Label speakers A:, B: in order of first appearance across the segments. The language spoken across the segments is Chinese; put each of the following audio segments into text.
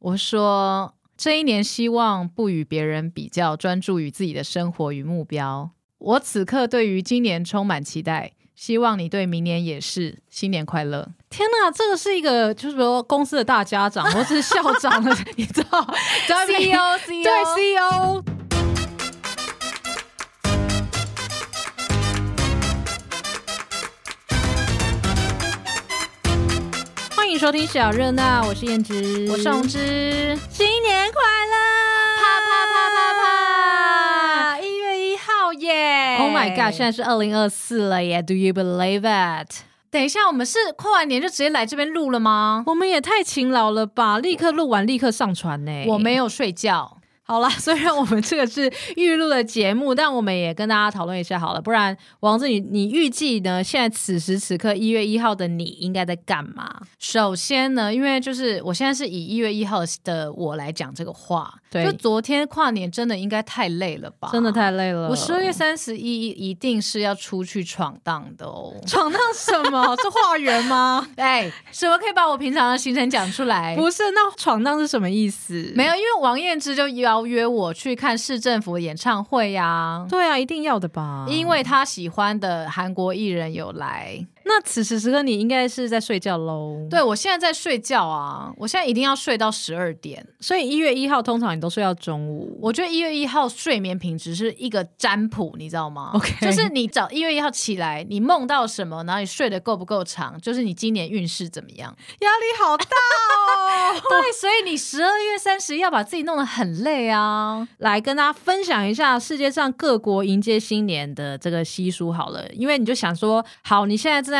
A: 我说这一年希望不与别人比较，专注于自己的生活与目标。我此刻对于今年充满期待，希望你对明年也是。新年快乐！
B: 天哪，这个是一个就是说公司的大家 长或是校长的，你知道在那边
A: CEO
B: 对 E
A: E
B: CEO。欢迎收听小热闹，我是燕之，
A: 我是红之，
B: 新年快乐！
A: 啪啪啪啪
B: 啪！一月一号耶
A: Oh
B: ！Oh
A: my
B: my
A: god，
B: god！
A: 现
B: 现在是二零二四了耶，Do you believe it？
A: 等一下，我们是跨完年就直接来这边录了吗？
B: 我们也太勤劳了吧！立刻录完，立刻上传呢。
A: 我没有睡觉，
B: 好啦， 虽然我们这个是预录的节目，但我们也跟大家讨论一下好了。不然，王志宇，你预计呢？现在此时此刻一月一号的你应该在干嘛？
A: 首先呢，因为就是我现在是以一月一号的我来讲这个话，
B: 对
A: 就昨天跨年真的应该太累了吧？
B: 真的太累了。
A: 我十二月三十一一定是要出去闯荡的哦。
B: 闯荡什 么？是化缘吗？
A: 哎，什么可以把我平常的行程讲出来？
B: 不是，那闯荡是什么意思？
A: 没有，因为王燕之就邀约我去看市政府演唱会呀、
B: 对啊，一定要的吧？
A: 因为他喜欢的韩国艺人有来。
B: 那此时此刻你应该是在睡觉喽。，
A: 对我现在在睡觉啊，我现在一定要睡到十二点。
B: 所以一月一号通常你都睡到中午。
A: 我觉得一月一号睡眠品质是一个占卜，你知道吗
B: OK
A: 就是你早一月一号起来，你梦到什么，然后你睡得够不够长，就是你今年运势怎么样。
B: 压力好大哦。
A: 对，所以你十二月三十要把自己弄得很累啊。
B: 来跟大家分享一下世界上各国迎接新年的这个习俗好了，因为你就想说，好，你现在正在。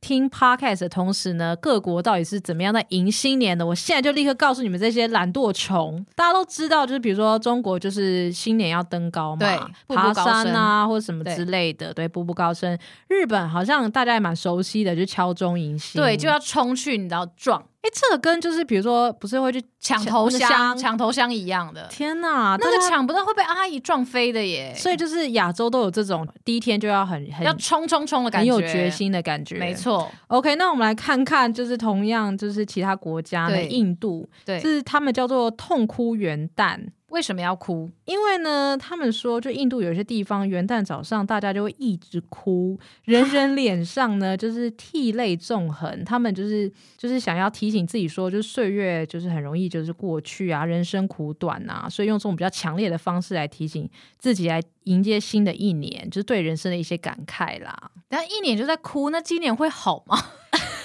B: 听 podcast 的同时呢，各国到底是怎么样在迎新年的？我现在就立刻告诉你们这些懒惰虫。大家都知道，就是比如说中国就是新年要登高嘛，
A: 对步步
B: 爬
A: 高
B: 山
A: 升
B: 啊或者什么
A: 对
B: 之类的，对，步步高升。日本好像大家也蛮熟悉的，就是敲钟迎新。
A: 对，就要冲去，你知道撞
B: 哎，这个跟就是比如说不是会去
A: 抢
B: 抢
A: 头
B: 那个
A: 香、
B: 香
A: 抢头香一样的。
B: 天哪，
A: 那
B: 大
A: 个
B: 家
A: 抢不到会被阿姨撞飞的耶，
B: 所以就是亚洲都有这种第一天就要很很
A: 要冲冲冲的感
B: 很
A: 觉，
B: 有决，心的感觉。
A: 没。错，
B: OK，那我们来看看，就是同样就是其他国家的
A: 对
B: 印度，
A: 对，
B: 是他们叫做痛哭元旦。
A: 为什么要哭？
B: 因为呢，他们说，就印度有些地方元旦早上大家就会一直 哭，人人脸上呢就是涕泪纵横。他们就是就是想要提醒自己说，就是岁月就是很容易就是过去啊，人生苦短啊，所以用这种比较强烈的方式来提醒自己，来迎接新的一年，就是对人生的一些感慨啦。
A: 但一年就在哭，那今年会好吗？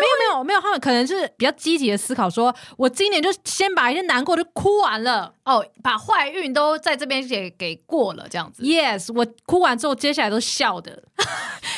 B: 没有没有没有，他们可能是比较积极的思考说，我今年就先把一些难过就哭完了。
A: 哦，把坏运都在这边给给过了，这样子，
B: Yes，我哭完之后，接下来都笑的。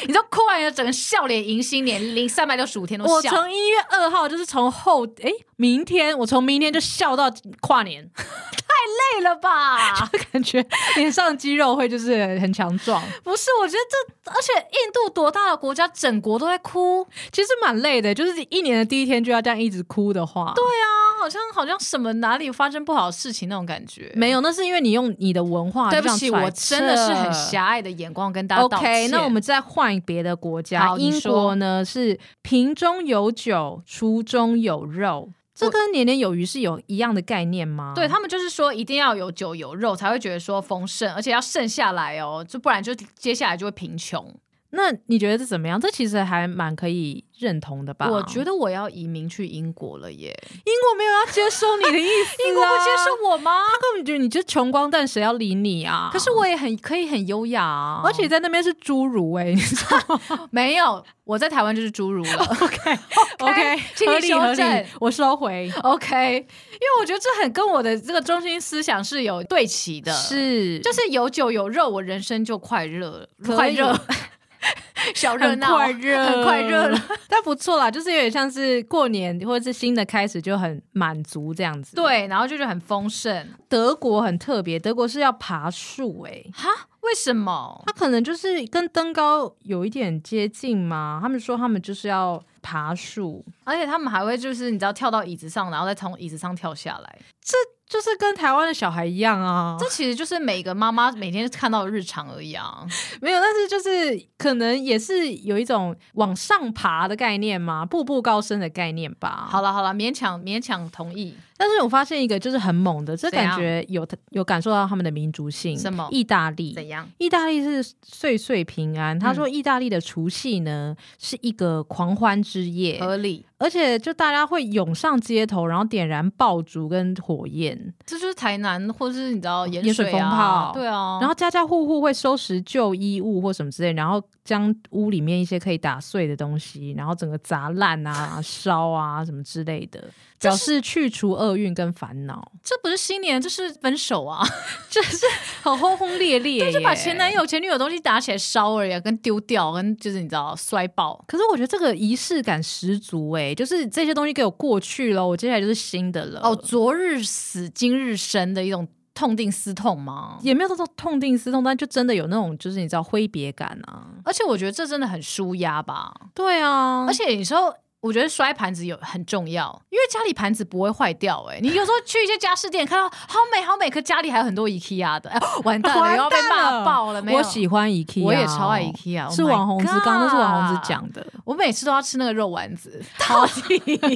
A: 你知道哭完了整个笑脸迎新年，零三百六十五天都
B: 我
A: 笑。
B: 从一月二号就是从后诶，明天我从明天就笑到跨年，
A: 累了吧？
B: 感觉脸上肌肉会就是很强壮，
A: 不是，我觉得这，而且印度多大的国家，整国都在哭，
B: 其实蛮累的，就是一年的第一天就要这样一直哭的话，对，
A: 啊，好像好像什么哪里发生不好的事情那种感觉。
B: 没有，那是因为你用你的文化
A: 对
B: 这
A: 不
B: 样
A: 起，
B: 揣测，
A: 我真的是很狭隘的眼光跟大家道歉。
B: OK，那我们再换别的国家，
A: 好你
B: 英
A: 说
B: 国呢是瓶中有酒，厨中有肉，这
A: 我
B: 跟年年有余是有一样的概念吗？
A: 对他们就是说，一定要有酒有肉才会觉得说丰盛，而且要剩下来哦，就不然就接下来就会贫穷。
B: 那你觉得这怎么样？这其实还蛮可以认同的吧？
A: 我觉得我要移民去英国了耶！
B: 英国没有要接收你的意思、
A: 英国不接
B: 受，
A: 受我吗？
B: 他根本觉得你就是穷光蛋，谁要理你啊？
A: 可是。我也很可以很优雅、啊，
B: 而且在那边是侏 儒哎、你知道
A: 没有我在台湾就是侏儒了。
B: ？OK OK，
A: 请你
B: 合理
A: 修
B: 合
A: 正
B: 理，我收回。
A: OK，因为我觉得这很跟我的这个中心思想是有对齐的，
B: 是，
A: 就是有酒有肉，我人生就快乐
B: 可以
A: 快乐， 小热
B: 很
A: 闹，
B: 快热，
A: 很快热了。
B: 但不错啦，就是有点像是过年或者是新的开始就很满足这样子。，
A: 对，然后就觉得很丰盛。
B: 德国很特别，德国是要爬树哎、
A: 哈，为什么？
B: 它可能就是跟登高有一点接近嘛。他们说他们就是要爬树，
A: 而且他们还会就是你知道跳到椅子上，然后再从椅子上跳下来。
B: 就是跟台湾的小孩一样啊，
A: 这其实就是每个妈妈每天看到的日常而已啊。
B: 没有，但是就是可能也是有一种往上爬的概念嘛，步步高升的概念吧。
A: 好，了好了，勉强勉强同意。
B: 但是我发现一个就是很猛的，这
A: 怎样
B: 感觉有有感受到他们的民族性。
A: 什么
B: 意大利，
A: 怎样？
B: 意大利是岁岁平安。
A: 嗯
B: 他说，意大利的除夕呢、是一个狂欢之夜，
A: 合理？
B: 而且就大家会涌上街头，然后点燃爆竹跟火焰，
A: 这就是台南，或是你知道盐
B: 盐水
A: 水
B: 风
A: 啊
B: 炮
A: 对啊。
B: 然后家家户户会收拾旧衣物或什么之类，然后将屋里面一些可以打碎的东西，然后整个砸烂啊、烧啊什么之类的，表示去除厄运跟烦恼，
A: 这不是新年，这是分手 啊！
B: 很轰轰烈烈耶，
A: 就把前男友、前女友的东西打起来烧而已啊，跟丢掉，跟就是你知道摔爆。
B: 可是我觉得这个仪式感十足哎、就是这些东西给我过去了，我接下来就是新的了。
A: 哦，昨日死，今日生的一种痛定思痛吗？
B: 也没有到痛定思痛，但就真的有那种就是你知道挥别感啊。
A: 而且我觉得这真的很舒压吧。
B: 对啊，
A: 而且有时候我觉得摔盘子有很重要，因为家里盘子不会坏掉、欸。哎，你有时候去一些家饰店，看到好美好美，可家里还有很多 IKEA 的，哎， 完蛋了，
B: 完蛋了
A: 又要被骂爆了。没有，
B: 我喜欢 IKEA，
A: 我也超爱
B: 哦
A: IKEA，
B: 是
A: Oh my
B: 网红之刚，那是网红之
A: God
B: 讲的。
A: 我每次都要吃那个肉丸 子，
B: 好，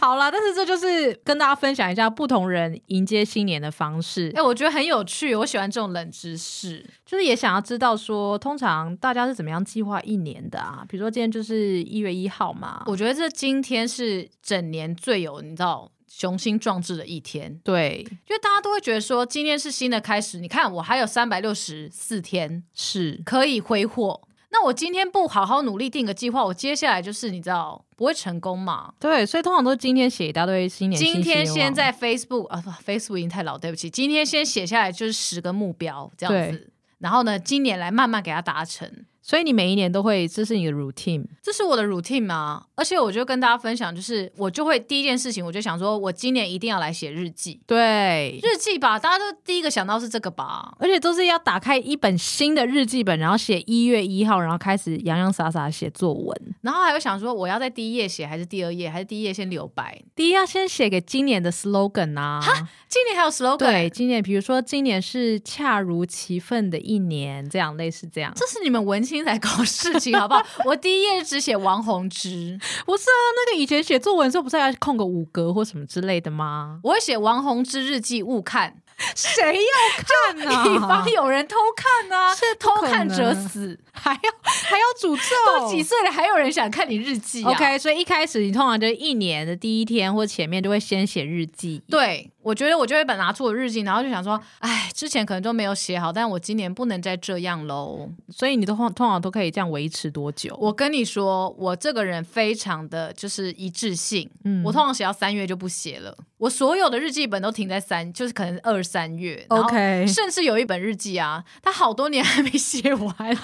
B: 好啦，但是这就是跟大家分享一下不同人迎接新年的方式
A: 哎、。我觉得很有趣，我喜欢这种冷知识。
B: 就是也想要知道说，通常大家是怎么样计划一年的啊？比如说今天就是一月一号嘛，
A: 我觉得这今天是整年最有你知道雄心壮志的一天，
B: 对，
A: 因为大家都会觉得说今天是新的开始。你看，我还有三百六十四天，
B: 是
A: 可以挥霍。那我今天不好好努力定个计划，我接下来就是你知道不会成功嘛？
B: 对，所以通常都是今天写一大堆新年新
A: 今天
B: 希望
A: 先在 Facebook 啊不，Facebook 已经太老，对不起。今天先写下来就是十个目标这样子，然后呢，今年来慢慢给它达成。
B: 所以你每一年都会，这是你的 routine，
A: 这是我的 routine 嘛，而且我就跟大家分享，就是我就会第一件事情，我就想说，我今年一定要来写日记，
B: 对，
A: 日记吧，大家都第一个想到是这个吧，
B: 而且都是要打开一本新的日记本，然后写一月一号，然后开始洋洋洒洒写作文。
A: 然后还有想说，我要在第一页写，还是第二页，还是第一页先留白？
B: 第一要先写给今年的 slogan 啊，
A: 今年还有 slogan，
B: 对，今年比如说今年是恰如其分的一年，这样类似这样，
A: 这是你们文青在搞事情，好不好？我第一页只写王宏之，
B: 不是啊？那个以前写作文的时候不是还要空个五格或什么之类的吗？
A: 我会写王宏之日记勿看，
B: 谁要看啊？
A: 以防有人偷看啊，
B: 是不
A: 偷
B: 可
A: 看者
B: 能
A: 死。
B: 还要还要诅咒，
A: 都几岁了，还有人想看你日记、啊、
B: OK，所以一开始你通常就是一年的第一天或前面就会先写日记，
A: 对，我觉得我就会把拿出我日记，然后就想说，哎，之前可能都没有写好，但我今年不能再这样喽。
B: 所以你都通通常都可以这样维持多久？
A: 我跟你说，我这个人非常的就是一致性，
B: 嗯
A: 我通常写到三月就不写了，我所有的日记本都停在三，就是可能二三月。然后
B: OK
A: 甚至有一本日记啊，它好多年还没写 完，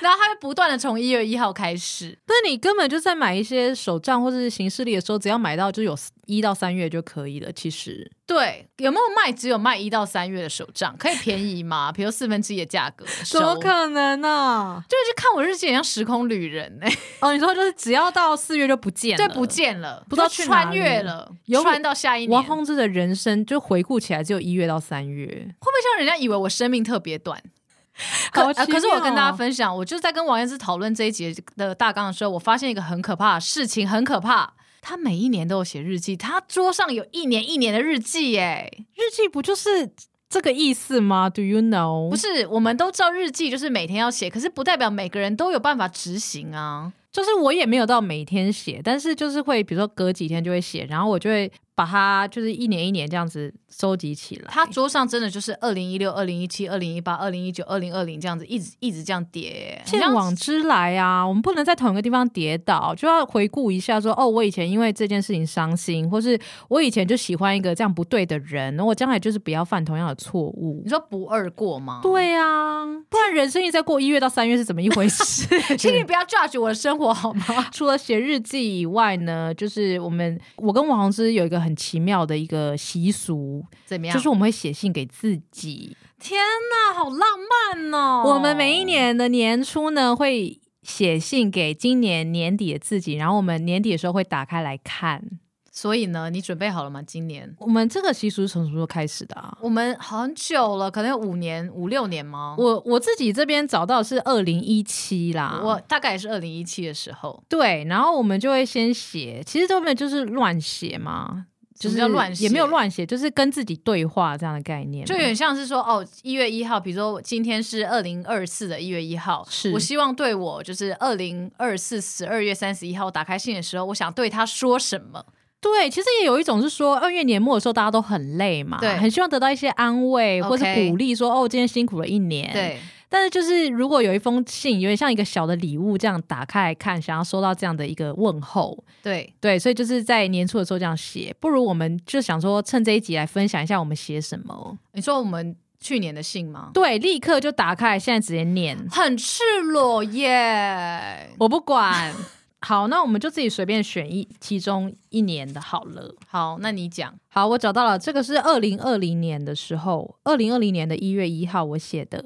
A: 然后它会不断的从一月一号开始。
B: 那你根本就在买一些手账或者是行事历的时候，只要买到就有一到三月就可以了。其实
A: 对，有没有卖？只有卖一到三月的手账，可以便宜 吗？比如四分之一的价格，
B: 怎么
A: 收
B: 可能啊呢、
A: 就是去看我日记，很像时空旅 人哎、
B: 哦，你说就是只要到四月就不见了，
A: 对，不。见了，
B: 不知道
A: 就
B: 去哪
A: 穿
B: 里
A: 越了，
B: 有
A: 穿到下一年，
B: 王
A: 会不
B: 宏志的人生就回顾起来只有一月到三月，
A: 会像人家以为我生命特别 短？可、
B: 好奇
A: 呃可是我
B: 妙哦
A: 跟大家分享，我就是在跟王彦之讨论这一节的大纲的时候，我发现一个很可怕的事情，很可怕。他每一年都有写日记，他桌上有一年一年的日记耶。
B: 日记不就是这个意思吗？Do you know？
A: 不，是，我们都知道日记就是每天要写，可是不代表每个人都有办法执行啊。
B: 就是我也没有到每天写，但是就是会比如说隔几天就会写，然后我就会把它就是一年一年这样子收集起来。
A: 他桌上真的就是二零一六、二零一七、二零一八、二零一九、二零二零这样子，一直一直这样叠耶，很
B: 见
A: 像
B: 往之来啊，我们不能在同一个地方跌倒，就要回顾一下说，哦，我以前因为这件事情伤心，或是我以前就喜欢一个这样不对的人，那我将来就是不要犯同样的错误
A: 你。说不二过吗？，
B: 对啊，不然人生一直在过一月到三月是怎么一回事？
A: 请你不要 judge 我的生活好 吗？
B: 除了写日记以外呢，就是我们我跟王宏之有一个很奇妙的一个习俗，
A: 怎么样？
B: 就是我们会写信给自己。
A: 天哪，好浪漫哦！
B: 我们每一年的年初呢会。写信给今年年底的自己，然后我们年底的时候会打开来看，
A: 所以呢，你准备好了吗？今年
B: 我们这个习俗是从什么时候开始的啊？
A: 我们很久了，可能有五年、五六年吗？
B: 我我自己这边找到是二零一七啦，
A: 我大概也是二零一七的时候，
B: 对，然后我们就会先写，其实这边就是乱写嘛，就
A: 什么
B: 是
A: 叫乱写
B: 也没有乱写，就是跟自己对话这样的概念嘛，
A: 就有点像是说，哦，一月一号，比如说我今天是二零二四的一月一号，
B: 是
A: 我希望对我就是二零二四十二月三十一号打开信的时候，我想对他说什么？
B: 对，其实也有一种是说，二月年末的时候大家都很累嘛，
A: 对
B: 很希望得到一些安慰
A: OK
B: 或是鼓励，说哦，今天辛苦了一年。，
A: 对，
B: 但是就是如果有一封信，有点像一个小的礼物这样打开来看，想要收到这样的一个问候，
A: 对，
B: 对，所以就是在年初的时候这样写。不如我们就想说，趁这一集来分享一下我们写什么。
A: 你说我们去年的信吗？
B: 对，立刻就打开，现在直接念，
A: 很赤裸耶！
B: 我 不管。好，那我们就自己随便选一其中一年的好了。
A: 好，那你讲，
B: 好，我找到了，这个是二零二零年的时候，二零二零年的一月一号我写的。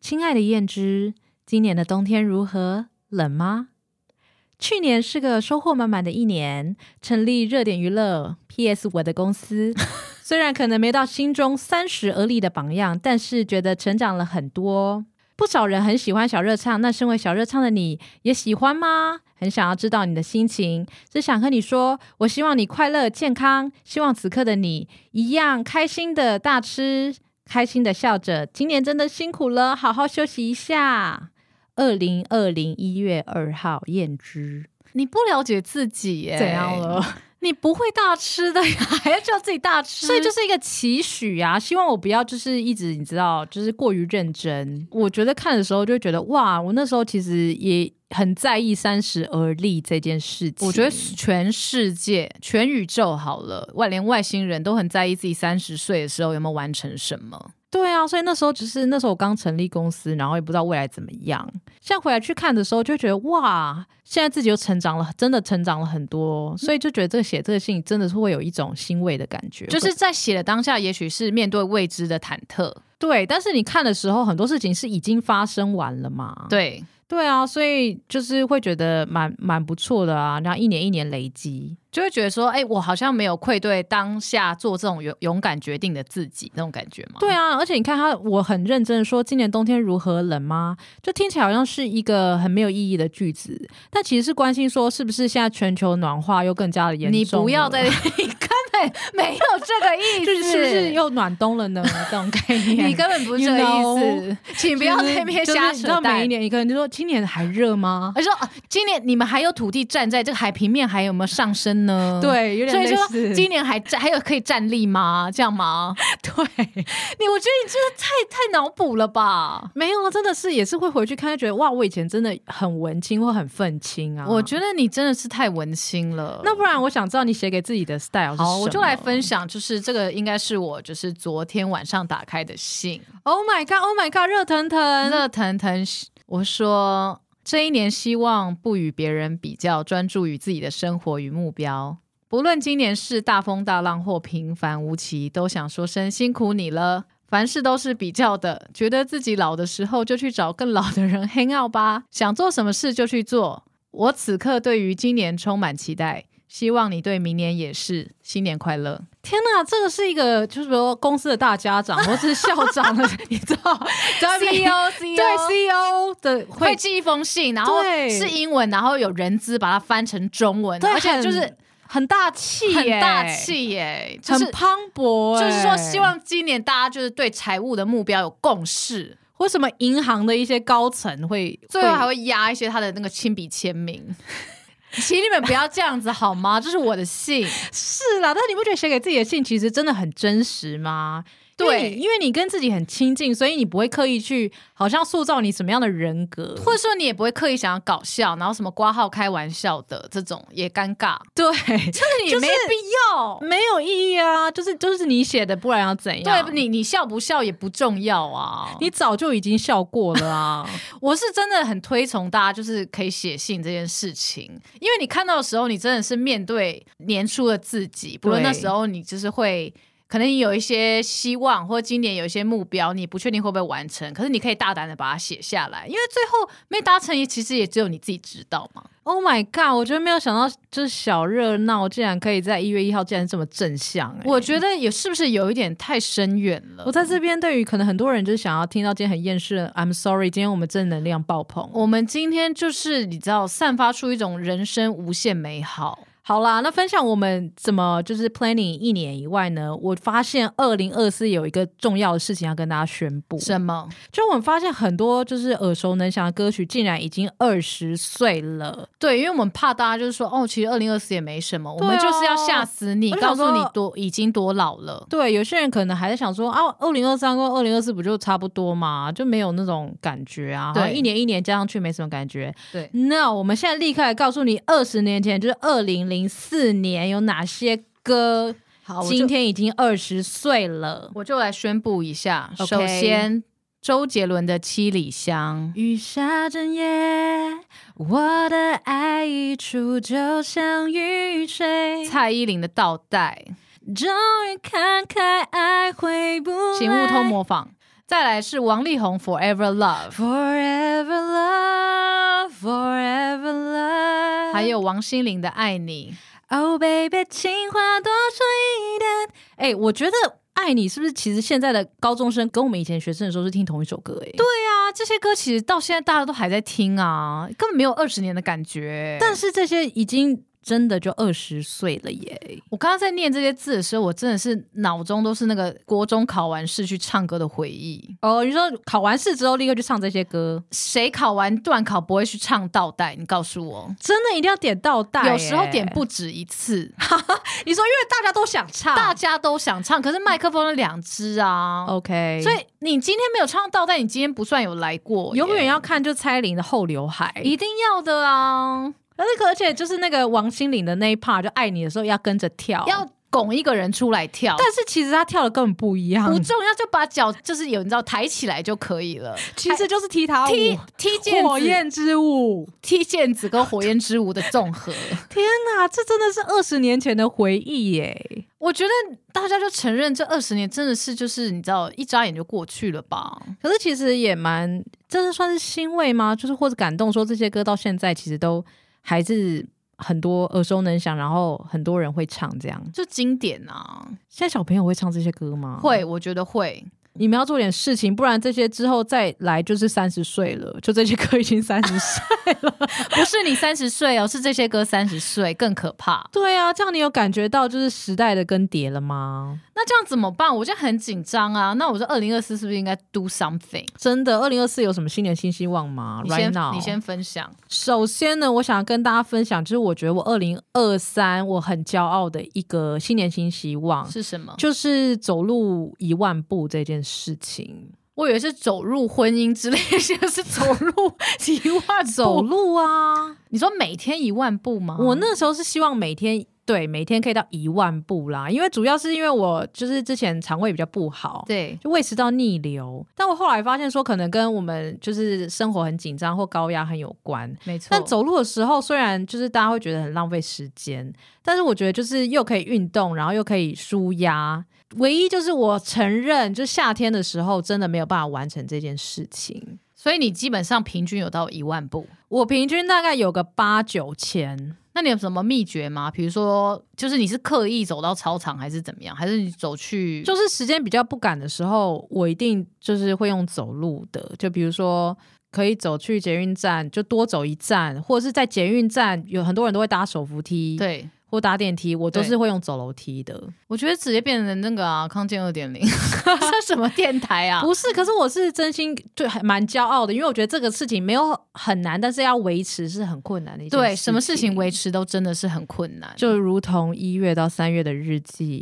B: 亲爱的燕之，今年的冬天如何？冷吗？去年是个收获满满的一年，成立热点娱乐 （P.S. 我的公司），虽然可能没到心中三十而立的榜样，但是觉得成长了很多。不少人很喜欢小热唱，那身为小热唱的你也喜欢吗？很想要知道你的心情，只想和你说，我希望你快乐健康，希望此刻的你一样开心的大吃，开心的笑着。今年真的辛苦了，好好休息一下。二零二零一月二号，燕之
A: 你不了解自己耶？
B: 怎样了？ 你不会大吃的呀，还要叫自己大吃 所以就是一个期许啊，希望我不要就是一直你知道，就是过于认真。我觉得看的时候就会觉得哇，我那时候其实也很在意三十而立这件事情。
A: 我觉得全世界、全宇宙好了，外连外星人都很在意自己三十岁的时候有没有完成什么。
B: 对啊，所以那时候只是那时候我刚成立公司，然后也不知道未来怎么样。现在回来去看的时候，就会觉得哇，现在自己又成长了，真的成长了很多，哦所以就觉得这个写这个信真的是会有一种欣慰的感觉，
A: 就是在写的当下，也许是面对未知的忐忑。
B: 对。但是你看的时候，很多事情是已经发生完了嘛，
A: 对，
B: 对啊，所以就是会觉得蛮蛮不错的啊，然后一年一年累积，
A: 就会觉得说，哎、我好像没有愧对当下做这种勇勇敢决定的自己那种感觉吗？
B: 对啊，而且你看他，我很认真的说，今年冬天如何冷吗？就听起来好像是一个很没有意义的句子，但其实是关心说，是不是现在全球暖化又更加的严重？
A: 你不要 再，，你根本没有这个意思，
B: 就是是不是又暖冬了呢？这种概 念，
A: 你根本不是这
B: You
A: 个意
B: know
A: 思，请不要在那边瞎
B: 就是就是你知
A: 扯
B: 道
A: 淡。
B: 每一年一个人就说，今年还热 吗？
A: 而且说、啊、今年你们还有土地站在这个海平面还有没有上升呢？。
B: 对，有
A: 所
B: 点
A: 以
B: 类
A: 说，
B: 似。
A: 今年还站还有可以站立吗？这样吗？
B: 对，
A: 你我觉得你这个太太脑补了吧？
B: 没有，啊真的是也是会回去看，就觉得哇，我以前真的很文青或很愤青啊。
A: 我觉得你真的是太文青了。
B: 那不然，我想知道你写给自己的 style 是
A: 好，我
B: 什
A: 就来
B: 么
A: 分享，就是这个应该是我就是昨天晚上打开的信，
B: Oh my god! Oh my god! 热腾腾，
A: 热腾腾。我说这一年希望不与别人比较，专注于自己的生活与目标。不论今年是大风大浪或平凡无奇，都想说声辛苦你了。凡事都是比较的，觉得自己老的时候就去找更老的人 hang out 吧，想做什么事就去做。我此刻对于今年充满期待，希望你对明年也是。新年快乐！
B: 天哪，这个是一个就是说公司的大家长或是校 长的，你知道
A: CEO
B: 对 CEO 的
A: E 会
B: 会
A: 寄一封信，然后
B: 对
A: 是英文，然后有人资把它翻成中文，
B: 对
A: 而且
B: 很
A: 就是
B: 很大气，
A: 很大，气耶，就是
B: 很磅礴欸，
A: 就是说，希望今年大家就是对财务的目标有共识，
B: 为什么银行的一些高层会
A: 最后还
B: 会
A: 会压一些他的那个亲笔签 名。请你们不要这样子好吗？这是我的信，
B: 是啦？但你不觉得写给自己的信其实真的很真实吗？因为
A: 对
B: 你因为你跟自己很亲近，所以你不会刻意去好像塑造你什么样的人格，
A: 或者说你也不会刻意想要搞笑，然后什么挂号开玩笑的这种也尴尬，
B: 对，
A: 这也
B: 就是
A: 没必要。
B: 没有意义啊，就是就是你写的，不然要怎样？
A: 对你，你笑不笑也不重要啊。
B: 你早就已经笑过了啊！
A: 我是真的很推崇大家就是可以写信这件事情，因为你看到的时候，你真的是面对年初的自己，不论
B: 对
A: 那时候你就是会。可能你有一些希望，或今年有一些目标，你不确定会不会完成，可是你可以大胆的把它写下来，因为最后没达成，也其实也只有你自己知道嘛。
B: Oh my god！我觉得没有想到，就是小热闹竟然可以在一月一号竟然这么正向、欸。
A: 我觉得也是不是有一点太深远了？
B: 我在这边对于可能很多人就是想要听到今天很厌世的 I'm sorry，今天我们正能量爆棚。
A: 我们今天就是你知道，散发出一种人生无限美好。
B: 好啦，那分享我们怎么就是 planning 一年以外呢？我发现二零二四有一个重要的事情要跟大家宣布，
A: 什么？
B: 就我们发现很多就是耳熟能详的歌曲，竟然已经二十岁了。
A: 对，因为我们怕大家就是说，哦，其实二零二四也没什么，我
B: 对
A: 们
B: 啊
A: 就是要吓死你，
B: 我就
A: 告
B: 想说
A: 诉你多已经多老了。
B: 对，有些人可能还在想说啊，二零二三跟二零二四不就差不多嘛，就没有那种感觉啊。
A: 对
B: 好像一年一年加上去没什么感觉。
A: 对，
B: 那我们现在立刻来告诉你，二十年前就是二零零四年有哪些歌，
A: 好，今
B: 今
A: 天
B: 天已经二十岁了。
A: 我就来宣布一下。
B: OK
A: 首先，周杰伦的《七里香》，
B: 雨下整夜，我的爱溢出，就像雨水。
A: 蔡依林的《倒带
B: 终于看开，爱回不》，来。
A: 请勿偷模仿。再来是王力宏《Forever Love》，
B: Forever love, forever love。
A: 还有王心凌的《爱你》。
B: Oh baby，情话多说一点。哎、我觉得爱你是不是其实现在的高中生跟我们以前学生的时候是听同一首歌、哎，对。
A: 啊，这些歌其实到现在大家都还在听啊，根本没有二十年的感觉。
B: 但是这些已经真的就二十岁了耶。
A: 我刚刚在念这些字的时候，我真的是脑中都是那个国中考完试去唱歌的回忆。
B: 哦，你说考完试之后立刻去唱这些歌，
A: 谁考完段考不会去唱倒带？你告诉我，
B: 真的一定要点到带、
A: 有时候点
B: 哎，
A: 不止一次，
B: 你说因为大家都想唱，
A: 大家都想唱，可是麦克风有两只啊。
B: 嗯 OK，
A: 所以你今天没有唱倒带，你今天不算有来过耶，
B: 永远要看就蔡依林的后刘海，
A: 一定要的啊，
B: 而那个而且就是那个王心凌的那一 part，就爱你的时候要跟着跳，
A: 要拱一个人出来跳。
B: 但是其实他跳的根本不一样，
A: 不重要，就把脚就是有你知道抬起来就可以了。
B: 其实就是踢踏舞。
A: 踢踢毽
B: 火
A: 子，
B: 焰之舞，
A: 踢毽子跟火焰之舞的综 合，
B: 天哪，这真的是二十年前的回忆耶！
A: 我觉得大家就承认这二十年真的是就是你知道一眨眼就过去了吧？
B: 可是其实也蛮，真的算是欣慰吗？就是或者感动，说这些歌到现在其实都还是很多耳熟能详，然后很多人会唱这样。
A: 就经典啊，
B: 现在小朋友会唱这些歌吗？，
A: 会，我觉得会。
B: 你们要做点事情，不然这些之后再来就是三十岁了，就这些歌已经三十 岁。
A: 不是你三十岁哦，是这些歌三十岁更可怕。
B: 对啊，这样你有感觉到就是时代的更迭了吗？
A: 那这样怎么办？我现在很紧张啊。那我这二零二四是不是应该 do something？
B: 真的，二零二四有什么新年新希望吗
A: 你
B: ？Right
A: 先
B: now，
A: 你先分享。
B: 首先呢，我想要跟大家分享，就是我觉得我二零二三我很骄傲的一个新年新希望，
A: 是什么？
B: 就是走路一万步这件事情。
A: 我以为是走入婚姻之类， 现在是走入一万 步
B: 走。路啊，
A: 你说每天一万步吗？
B: 我那时候是希望每天。对，每天可以到一万步啦，因为主要是因为我就是之前肠胃比较不好，
A: 对
B: 就胃食道逆流。但我后来发现说，可能跟我们就是生活很紧张或高压很有关。
A: 没错，
B: 但走路的时候，虽然就是大家会觉得很浪费时间，但是我觉得就是又可以运动，然后又可以舒压。唯一就是我承认，就夏天的时候真的没有办法完成这件事情。
A: 所以你基本上平均有到一万步。
B: 我平均大概有个八九千，
A: 那你有什么秘诀吗？比如说，就是你是刻意走到操场，还是怎么样？还是你走去
B: 就是时间比较不赶的时候，我一定就是会用走路的。就比如说，可以走去捷运站，就多走一站，或者是在捷运站有很多人都会搭手扶梯，，
A: 对？
B: 或搭电梯，我都
A: 对
B: 是会用走楼梯的。
A: 我觉得直接变成那个啊，康健二点零， 这什么电台啊？
B: 不是，可是我是真心对，还蛮骄傲的，因为我觉得这个事情没有很难，但是要维持是很困难的一件
A: 对，什么事情维持都真的是很困难。
B: 就如同一月到三月的日记，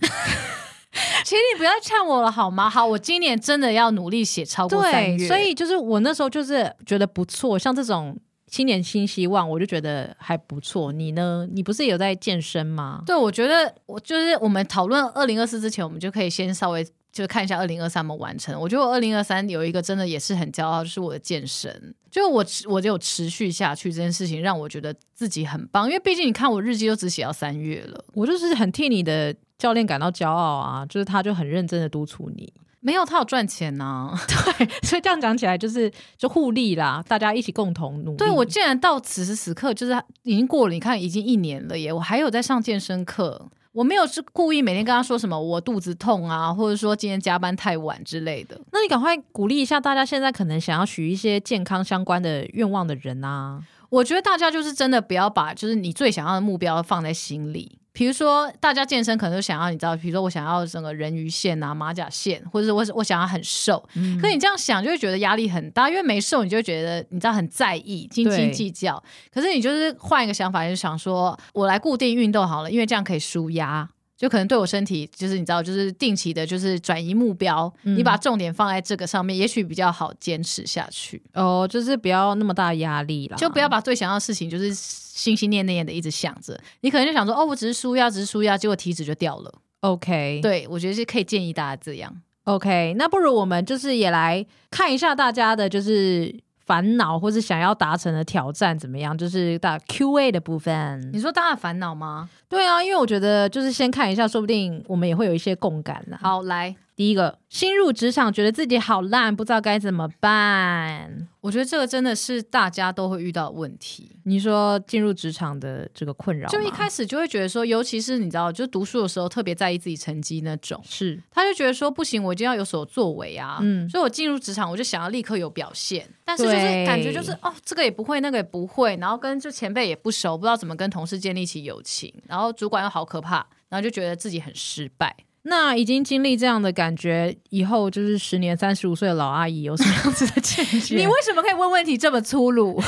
A: 请你不要呛我了好吗？好，我今年真的要努力写超过三
B: 对，
A: 月。
B: 所以就是我那时候就是觉得不错，像这种新年新希望，我就觉得还不错。你呢？你不是有在健身吗？
A: 对，我觉得我就是我们讨论二零二四之前，我们就可以先稍微就看一下二零二三们完成。我觉得我二零二三有一个真的也是很骄傲，就是我的健身，就是我持我有持续下去这件事情，让我觉得自己很棒。因为毕竟你看我日记都只写到三月了，
B: 我就是很替你的教练感到骄傲啊，就是他就很认真的督促你。
A: 没有，他有赚钱啊呐、
B: 所以这样讲起来就是就互利啦，大家一起共同努力。
A: 对我竟然到此时此刻，就是已经过了，你看已经一年了耶，我还有在上健身课，我没有是故意每天跟他说什么我肚子痛啊，或者说今天加班太晚之类的。
B: 那你赶快鼓励一下大家，现在可能想要许一些健康相关的愿望的人啊。
A: 我觉得大家就是真的不要把就是你最想要的目标放在心里。比如说，大家健身可能就想要，你知道，比如说我想要整个人鱼线啊、马甲线，或者是我我想要很瘦。
B: 嗯
A: 可你这样想就会觉得压力很大，因为没瘦你就会觉得你知道很在意、斤斤
B: 对
A: 计较。可是你就是换一个想法，就是想说我来固定运动好了，因为这样可以舒压。就可能对我身体，就是你知道，就是定期的，就是转移目标，
B: 嗯
A: 你把重点放在这个上面，也许比较好坚持下去。
B: 哦，就是不要那么大压力啦，
A: 就不要把最想要的事情，就是心心念念的一直想着。你可能就想说，哦，我只是舒压，只是舒压，结果体脂就掉了。
B: OK
A: 对，我觉得是可以建议大家这样。
B: OK。那不如我们就是也来看一下大家的就是烦恼或是想要达成的挑战怎么样，就是打 Q&A 的部
A: 你
B: 分。
A: 说大家的烦恼吗？
B: 对啊，因为我觉得就是先看一下，说不定我们也会有一些共感啦。
A: 好，来，
B: 第一个，新入职场觉得自己好烂，不知道该怎么办。
A: 我觉得这个真的是大家都会遇到的问题。
B: 你说进入职场的这个困扰吗，
A: 就一开始就会觉得说，尤其是你知道，就读书的时候特别在意自己成绩那种，
B: 是，
A: 他就觉得说不行，我一定要有所作为啊。
B: 嗯
A: 所以我进入职场，我就想要立刻有表现，但是就是
B: 对
A: 感觉就是哦，这个也不会，那个也不会，然后跟就前辈也不熟，不知道怎么跟同事建立起友情，然后主管又好可怕，然后就觉得自己很失 败。
B: 那已经经历这样的感觉，以后就是十年三十五岁的老阿姨有什么样子的见解？
A: 你为什么可以问问题这么粗鲁？ 我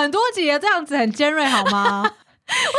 B: 很多集也这样子很尖锐好吗？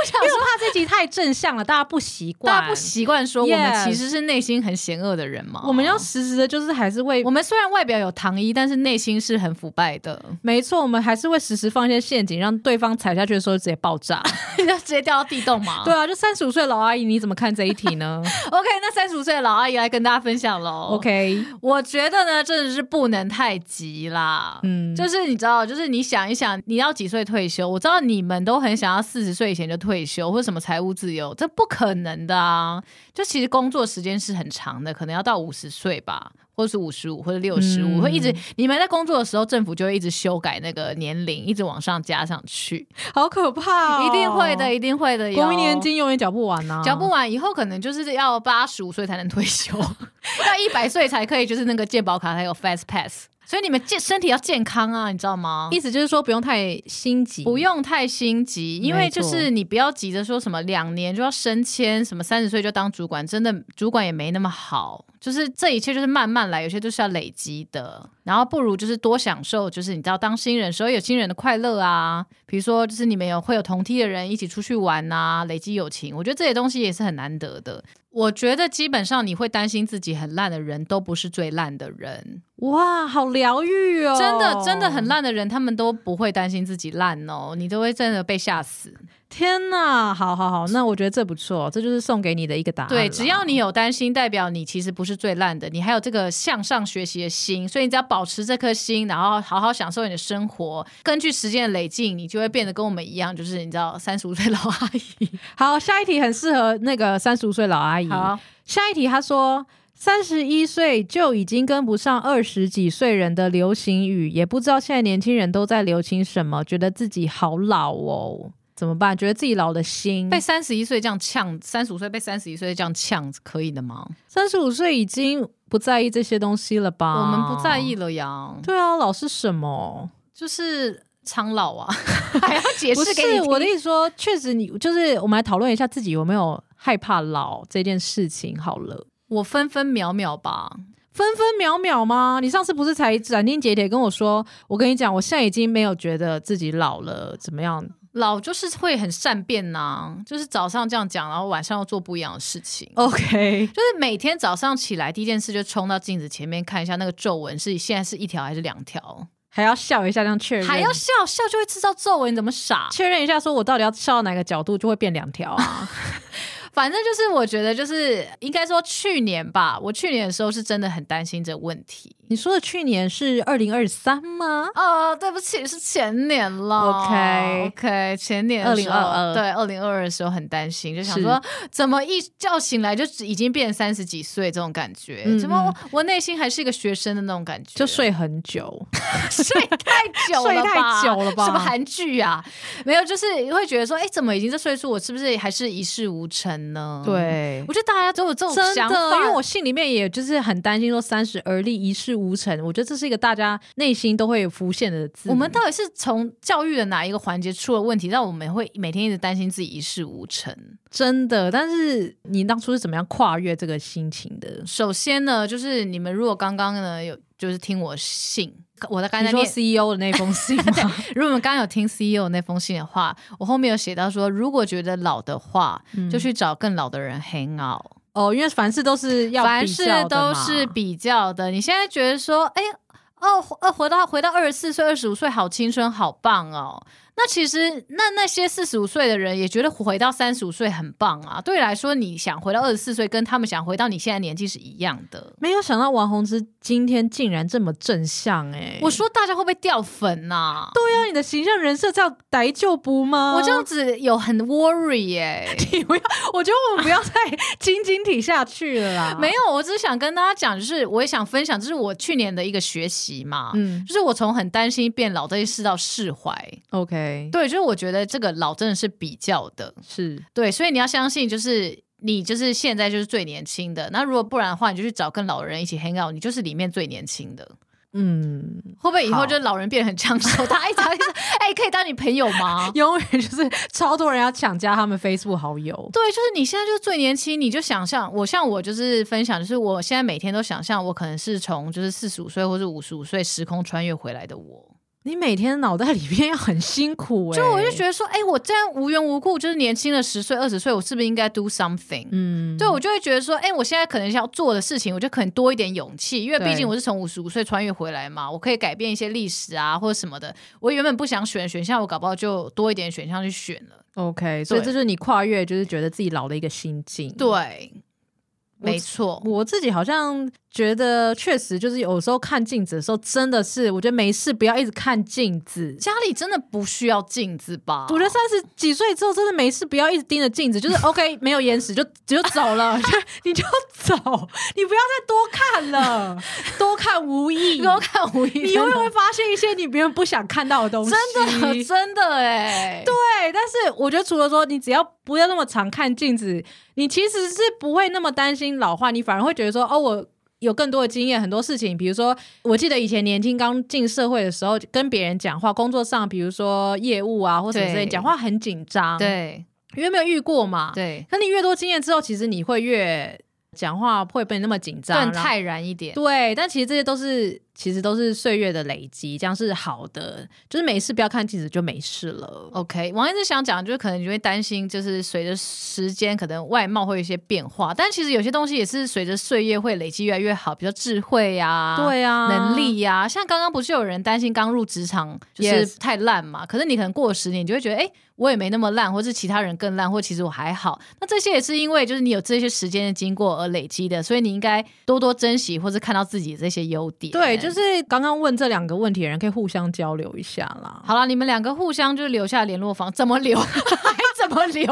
A: 想
B: 因为
A: 说
B: 我怕这集太正向了，大家不习惯，
A: 大家不习惯说我们
B: Yes
A: 其实是内心很险恶的人嘛。
B: 我们要实时的，就是还是 会
A: 我，们虽然外表有糖衣，但是内心是很腐败的，
B: 没错，我们还是会时时放一些陷阱，让对方踩下去的时候直接爆炸。
A: 你就直接掉到地洞 嘛。
B: 对啊，就三十五岁的老阿姨，你怎么看这一题 呢
A: ，OK，那三十五岁的老阿姨来跟大家分享喽。
B: 哦？OK，
A: 我觉得呢，真的是不能太急啦。
B: 嗯，
A: 就是你知道，就是你想一想，你要几岁退休？我知道你们都很想要四十岁以前就退休，或什么财务自由，这不可能的啊！就其实工作时间是很长的，可能要到五十岁吧，或是五十五或者六十五，
B: 嗯
A: 会一直你们在工作的时候，政府就会一直修改那个年龄，一直往上加上去，
B: 好可怕、
A: 一定会的，。一定会的哟。
B: 国民哦年金永远缴不完呐、啊，
A: 缴不完，以后可能就是要八十五岁才能退休， 要一百岁才可以，就是那个健保卡还有 Fast Pass。所以你们健身体要健康啊，你知道吗？
B: 意思就是说不用太心急，
A: 不用太心急，因为
B: 没
A: 就
B: 错
A: 是你不要急着说什么两年就要升迁，什么三十岁就当主管，真的主管也没那么好。就是这一切就是慢慢来，有些就是要累积的。然后不如就是多享受，就是你知道当新人的时候有新人的快乐啊，比如说就是你们有会有同梯的人一起出去玩啊，累积友情，我觉得这些东西也是很难得的。我觉得基本上你会担心自己很烂的人都不是最烂的人，
B: 哇，好疗愈哦，
A: 真的真的很。烂的人，他们都不会担心自己烂哦，你都会真的被吓死。
B: 天呐，好好好，那我觉得这不错，这就是送给你的一个答案啦。
A: 对，只要你有担心，代表你其实不是最烂的，你还有这个向上学习的心，所以你只要保持这颗心，然后好好享受你的生活，根据时间的累进，你就会变得跟我们一样，就是你知道三十五岁老阿 姨。
B: 好，下一题很适合那个三十五岁老阿姨。，下一题他说。三十一岁就已经跟不上二十几岁人的流行语，也不知道现在年轻人都在流行什么，觉得自己好老哦，怎么办？觉得自己老的心。
A: 被三十一岁这样呛，三十五岁被三十一岁这样呛，可以的吗？
B: 三十五岁已经不在意这些东西了吧？
A: 我们不在意。了呀，
B: 对啊，老是什么？
A: 就是苍老 啊，还要解
B: 不
A: 释
B: 是
A: 给你
B: 我的
A: 听
B: 意思说，确实你就是我们来讨论一下自己有没有害怕老这件事情好了。
A: 我分分秒秒吧，
B: 分分秒秒吗？你上次不是才斩钉截铁跟我说，我跟你讲，我现在已经没有觉得自己老了，怎么样？
A: 老就是会很善变呐、就是早上这样讲，然后晚上又做不一样的事情。
B: 哦 OK，
A: 就是每天早上起来第一件事就冲到镜子前面看一下那个皱纹是现在是一条还是两条，
B: 还要笑一下，这样确认，
A: 还要笑笑就会制造皱纹，你怎么傻？
B: 确认一下，说我到底要笑到哪个角度就会变两条啊？
A: 反正就是我觉得就是应该说去年吧，我去年的时候是真的很担心这问题。
B: 你说的去年是二零二三吗？
A: 哦，对不起，是前年了。
B: OK
A: OK，前年的时候
B: 2022
A: 对，二零二二的时候很担心，就想说怎么一觉醒来就已经变三十几岁这种感觉，
B: 嗯
A: 怎么我我内心还是一个学生的那种感觉，
B: 就睡很久，
A: 睡太久了吧，
B: 睡太久了吧
A: 什么韩剧啊？没有，就是会觉得说，哎，怎么已经这岁数，我是不是还是一事无成呢？，
B: 对
A: 我。觉得大家都有这种
B: 真
A: 想法，
B: 的，因为我心里面也就是很担心，说三十而立一事无成，我觉得这是一个大家内心都会浮现的字。
A: 我们到底是从教育的哪一个环节出了问题，让我们会每天一直担心自己一事无成？
B: 真的，但是你当初是怎么样跨越这个心情的？
A: 首先呢，就是你们如果刚刚呢有就是听我信，我在刚
B: 你
A: 才
B: 说
A: 念
B: CEO 的那封信 吗？
A: 如果我们刚刚有听 CEO 那封信的话，我后面有写到说，如果觉得老的话，
B: 嗯
A: 就去找更老的人 hang out。
B: 哦，因为凡事都是要
A: 凡
B: 比
A: 事
B: 较的
A: 都
B: 嘛
A: 是比较的。你现在觉得说，哎、哦，呃，回到回到二十四岁、二十五岁，好青春，好棒哦。那其实，那那些四十五岁的人也觉得回到三十五岁很棒啊。对你来说，你想回到二十四岁，跟他们想回到你现在年纪是一样的。
B: 没有想到王宏之今天竟然这么正向哎、
A: 我说大家会不会掉粉呐、
B: 对啊啊，你的形象人设叫逮就不吗？
A: 我这样子有很 worry 耶、
B: 你不要，我觉得我们不要再 晶晶体下去了啦。
A: 没，有，我只是想跟大家讲，就是我也想分享，就是我去年的一个学习嘛，
B: 嗯
A: 就是我从很担心变老这件事到释怀。
B: ，OK，
A: 对，就是我觉得这个老真的是比较的，
B: 是
A: 对，所以你要相信，就是你就是现在就是最年轻的，那如果不然的话，你就去找跟老人一起 hang out，你就是里面最年轻的。
B: 嗯，
A: 会不会以后
B: 好
A: 就是老人变得很抢手？ 他一直他一直说，哎、可以当你朋友吗？
B: 永远就是超多人要抢加他们 Facebook 好友。
A: 对，就是你现在就是最年轻，你就想象我像我就是分享，就是我现在每天都想象我可能是从就是四十五岁或是五十五岁时空穿越回来的我。
B: 你每天脑袋里面要很辛苦哎、
A: 就我就觉得说，哎、我这样无缘无故就是年轻了十岁二十岁，我是不是应该 do something？
B: 嗯，
A: 对，我就会觉得说，哎、我现在可能要做的事情，我就可能多一点勇气，因为毕
B: 对
A: 竟我是从五十五岁穿越回来嘛，我可以改变一些历史啊，或者什么的。我原本不想选的选项，我搞不好就多一点选项去选了。
B: OK，所以
A: 对
B: 这就是你跨越，就是觉得自己老的一个心境。。
A: 对，
B: 我
A: 没错，
B: 我自己好像觉得，确实就是有时候看镜子的时候，真的是我觉得没事不要一直看镜子。
A: 家里真的不需要镜子吧？
B: 我觉得三十几岁之后，真的没事不要一直盯着镜子，就是 OK 没有眼屎就就走了， 就你就走，你不要再多看了，多看 无益。
A: 多看无意，
B: 你永远会发现一些你别人不想看到的东西。
A: 真 的真的哎、对，
B: 对，但是我觉得除了说你只要不要那么常看镜子，你其实是不会那么担心老化，你反而会觉得说哦我。有更多的经验，很多事情，比如说，我记得以前年轻刚进社会的时候，跟别人讲话，工作上，比如说业务啊或什么之类，
A: 对
B: 讲话很紧张，，
A: 对
B: 因为没有遇过嘛。
A: 对，
B: 可你越多经验之后，其实你会越讲话不会被那么紧张，
A: 更
B: 然后
A: 泰然一点。
B: 对，但其实这些都是其实都是岁月的累积，这样是好的。就是没事不要看镜子就没事了。
A: OK，王一直想讲，就是可能你会担心，就是随着时间，可能外貌会有一些变化，但其实有些东西也是随着岁月会累积越来越好，比如说智慧呀、
B: 对啊，
A: 能力呀、像刚刚不是有人担心刚入职场就是
B: Yes
A: 太烂嘛可是你可能过了十年，你就会觉得，哎、我也没那么烂，或是其他人更烂，或其实我还好。那这些也是因为就是你有这些时间的经过而累积的，所以你应该多多珍惜，或是看到自己的这些优点。
B: 对，就是刚刚问这两个问题的人可以互相交流一下 啦。
A: 好了，你们两个互相就是留下联络方，怎么 留？还怎么留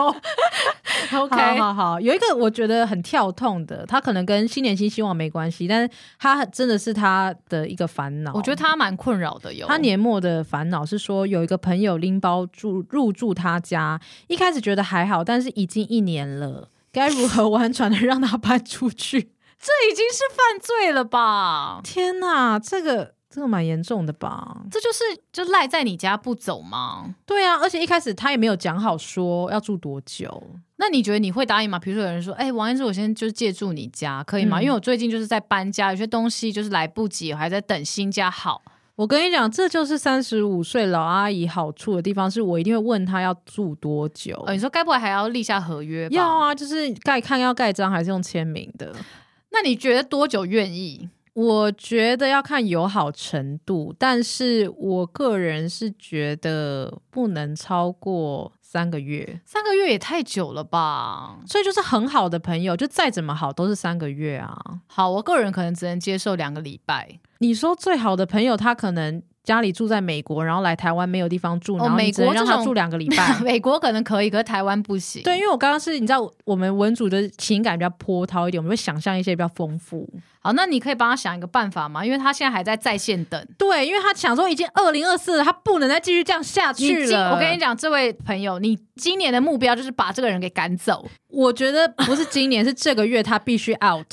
A: ？OK，
B: 好好好，有一个我觉得很跳痛的，他可能跟新年新希望没关系，但是他真的是他的一个烦恼。
A: 我觉得他蛮困扰的哟。
B: 他年末的烦恼是说，有一个朋友拎包住入住他家，一开始觉得还好，但是已经一年了，该如何婉转的让他搬出去？
A: 这已经是犯罪了吧？
B: 天哪，这个这个蛮严重的吧？
A: 这就是就赖在你家不走吗？
B: 对啊，而且一开始他也没有讲好说要住多久。
A: 那你觉得你会答应吗？比如说有人说，哎、王彦之，我先就借住你家，可以吗？
B: 嗯
A: 因为我最近就是在搬家，有些东西就是来不及，我还在等新家好。
B: 我跟你讲，这就是三十五岁老阿姨好处的地方，是我一定会问她要住多久。啊
A: 呃，你说该不会还要立下合约吧？
B: 要啊，就是盖看要盖章还是用签名的。
A: 那你觉得多久愿意？
B: 我觉得要看友好程度，但是我个人是觉得不能超过三个月，
A: 三个月也太久了吧？
B: 所以就是很好的朋友，就再怎么好都是三个月啊。
A: 好，我个人可能只能接受两个礼拜。
B: 你说最好的朋友，他可能家里住在美国，然后来台湾没有地方住，然后你
A: 哦美
B: 只能
A: 国
B: 让
A: 这
B: 他
A: 种。
B: 住两个礼拜
A: 美国可能可以，可是台湾不行。
B: 对，因为我刚刚是你知道，我们文主的情感比较波涛一点，我们会想象一些比较丰富。
A: 好，那你可以帮他想一个办法吗？因为他现在还在在线等。
B: 对，因为他想说已经二零二四了，他不能再继续这样下去
A: 你今
B: 了。
A: 我跟你，讲，这位朋友，你今年的目标就是把这个人给赶走，
B: 我觉得不是今年，是这个月他必须 out。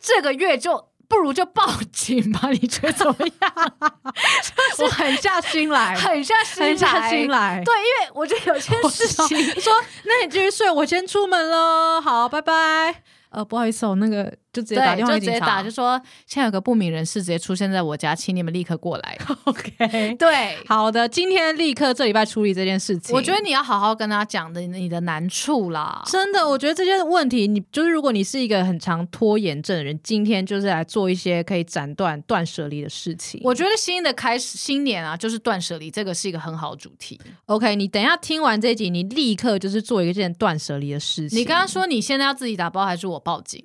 A: 这个月就。不如就报警吧，你觉得怎么样？
B: 我狠下心来，
A: 很像新
B: 狠下心
A: 来。
B: 来。
A: 对，因为 我觉得有些
B: 我
A: 事
B: 知道
A: 情，
B: 说那你继续睡，我先出门喽。好，拜拜。呃，不好意思哦，那个就直接打电话
A: 就
B: 给
A: 直
B: 警
A: 接
B: 察
A: 打，就说现在有个不明人士直接出现在我家，请你们立刻过来。
B: OK。
A: 对，
B: 好的，今天立刻这礼拜处理这件事情。
A: 我觉得你要好好跟他讲的你的难处啦。
B: 真的，我觉得这些问题，你就是如果你是一个很常拖延症的人，今天就是来做一些可以斩断断舍离的事情。
A: 我觉得新的开始，新年啊，就是断舍离，这个是一个很好的主题。
B: OK，你等一下听完这一集，你立刻就是做一件断舍离的事情。
A: 你刚刚说你现在要自己打包，还是我报警？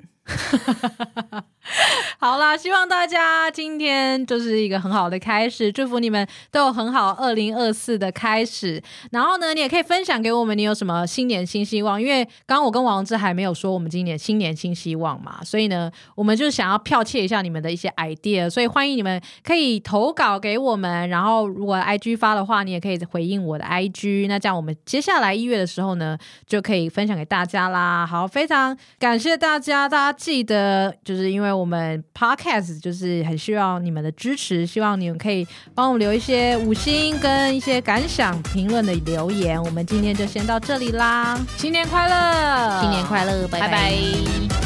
B: 好啦，希望大家今天就是一个很好的开始，祝福你们都有很好二零二四的开始。然后呢，你也可以分享给我们，你有什么新年新希望？因为刚刚我跟王志还没有说我们今年新年新希望嘛，所以呢，我们就想要剽窃一下你们的一些 idea，所以欢迎你们可以投稿给我们。然后如果 IG 发的话，你也可以回应我的 IG。那这样我们接下来一月的时候呢，就可以分享给大家啦。好，非常感谢大家，大家记得就是因为我们 podcast 就是很需要你们的支持，希望你们可以帮我们留一些五星跟一些感想、评论的留言。我们今天就先到这里啦，
A: 新年快乐！
B: 新年快乐，拜
A: 拜拜